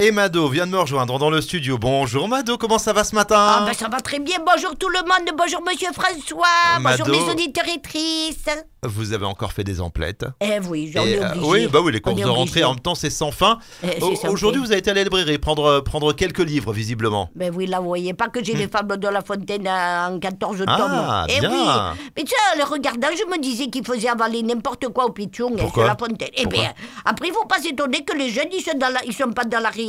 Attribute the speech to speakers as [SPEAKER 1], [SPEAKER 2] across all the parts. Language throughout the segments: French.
[SPEAKER 1] Et Mado vient de me rejoindre dans le studio. Bonjour Mado, comment ça va ce matin
[SPEAKER 2] Ah ben ça va très bien, bonjour tout le monde, bonjour Monsieur François,
[SPEAKER 1] Euh, Mado.
[SPEAKER 2] bonjour les auditeurs et trices.
[SPEAKER 1] Vous avez encore fait des emplettes.
[SPEAKER 2] Eh oui, j'en
[SPEAKER 1] Et,
[SPEAKER 2] ai
[SPEAKER 1] euh,
[SPEAKER 2] obligé.
[SPEAKER 1] oui, bah oui, les
[SPEAKER 2] On est
[SPEAKER 1] courses de rentrée
[SPEAKER 2] obligé.
[SPEAKER 1] en même temps c'est sans fin.
[SPEAKER 2] Eh, c'est
[SPEAKER 1] Au-
[SPEAKER 2] ça,
[SPEAKER 1] Aujourd'hui
[SPEAKER 2] oui.
[SPEAKER 1] vous avez été à la librairie prendre, euh, prendre quelques livres visiblement.
[SPEAKER 2] Ben oui, là, vous voyez pas que j'ai les fables de La Fontaine euh, en 14 tomes.
[SPEAKER 1] Hmm. Ah,
[SPEAKER 2] eh
[SPEAKER 1] bien.
[SPEAKER 2] oui. Mais tu sais, en les regardant, je me disais qu'ils faisaient avaler n'importe quoi au pitchoun hein,
[SPEAKER 1] Pourquoi
[SPEAKER 2] sur La Fontaine. Eh
[SPEAKER 1] Pourquoi
[SPEAKER 2] bien, après, il faut pas s'étonner que les jeunes, ils sont, dans la- ils sont pas dans la réalité,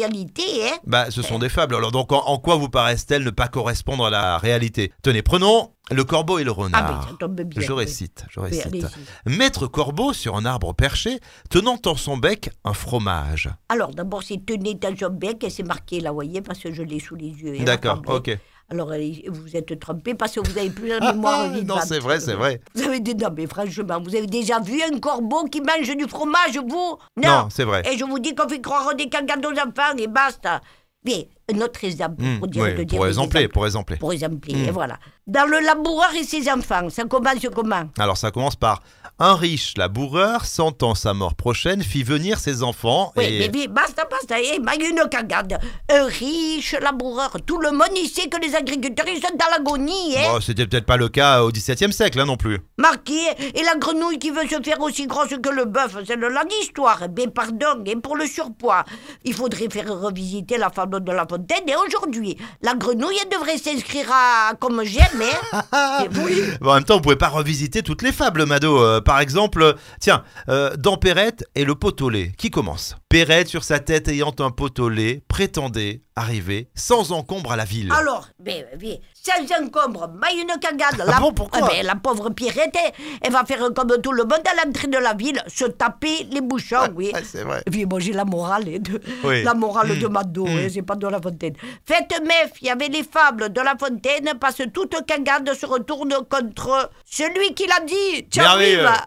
[SPEAKER 2] hein.
[SPEAKER 1] Bah ce sont des fables, alors donc en, en quoi vous paraissent-elles ne pas correspondre à la réalité Tenez, prenons Le Corbeau et le
[SPEAKER 2] Ah, ben
[SPEAKER 1] Renard.
[SPEAKER 2] ça tombe bien.
[SPEAKER 1] je
[SPEAKER 2] oui.
[SPEAKER 1] récite, je
[SPEAKER 2] Oui,
[SPEAKER 1] récite.
[SPEAKER 2] allez-y.
[SPEAKER 1] Maître Corbeau sur un arbre perché, tenant en son bec un fromage.
[SPEAKER 2] Alors, d'abord, c'est tenez dans son bec et c'est marqué, là, vous voyez, parce que je l'ai sous les yeux. hein,
[SPEAKER 1] D'accord,
[SPEAKER 2] attendez.
[SPEAKER 1] ok.
[SPEAKER 2] Alors, euh, vous êtes trompé parce que vous n'avez plus la
[SPEAKER 1] Ah,
[SPEAKER 2] mémoire
[SPEAKER 1] ah,
[SPEAKER 2] vivante.
[SPEAKER 1] non, c'est vrai, c'est vrai.
[SPEAKER 2] Vous avez dit, non, mais franchement, vous avez déjà vu un corbeau qui mange du fromage, vous
[SPEAKER 1] Non, c'est vrai.
[SPEAKER 2] Et je vous dis qu'on fait croire des caca aux enfants et basta. Mais, un autre exemple,
[SPEAKER 1] Hmm,
[SPEAKER 2] pour dire,
[SPEAKER 1] oui,
[SPEAKER 2] de dire
[SPEAKER 1] pour
[SPEAKER 2] des
[SPEAKER 1] exempler, Hmm.
[SPEAKER 2] exemples.
[SPEAKER 1] pour exempler.
[SPEAKER 2] Pour exempler, et voilà. Dans le laboureur et ses enfants, ça commence comment
[SPEAKER 1] Alors ça commence par un riche laboureur sentant sa mort prochaine fit venir ses enfants
[SPEAKER 2] Oui,
[SPEAKER 1] et
[SPEAKER 2] mais, mais basta, basta, et bah, une cagade. Un riche laboureur, tout le monde, il sait que les agriculteurs, ils sont dans l'agonie, hein
[SPEAKER 1] Bon, c'était peut-être pas le cas au XVIIe siècle hein, non plus.
[SPEAKER 2] Marquis, et la grenouille qui veut se faire aussi grosse que le bœuf, c'est le lundi histoire. Mais Eh pardon, et pour le surpoids, il faudrait faire revisiter la fable de la fontaine. Et aujourd'hui, la grenouille, elle devrait s'inscrire à comme j'aime,
[SPEAKER 1] Ah,
[SPEAKER 2] hein. Et oui.
[SPEAKER 1] Bon, en même temps, vous pouvez pas revisiter toutes les fables, Mado. Euh, par exemple, euh, tiens, euh, dans Perrette et le pot au lait, qui commence Perrette sur sa tête ayant un pot au lait prétendait arriver sans encombre à la ville.
[SPEAKER 2] Alors, mais, mais, sans encombre, mais une cagade.
[SPEAKER 1] Ah bon, pourquoi
[SPEAKER 2] Eh ben, La pauvre Pierrette, elle va faire comme tout le monde à l'entrée de la ville, se taper les bouchons, oui.
[SPEAKER 1] Ah, c'est vrai.
[SPEAKER 2] Et puis moi j'ai la morale hein, de
[SPEAKER 1] Oui. Mm.
[SPEAKER 2] la morale de Mado, hein, c'est pas de La Fontaine. Faites mef, il y avait les fables de La Fontaine parce que toute cagade se retourne contre celui qui l'a dit. Ciao,
[SPEAKER 1] Merveilleux.
[SPEAKER 2] viva.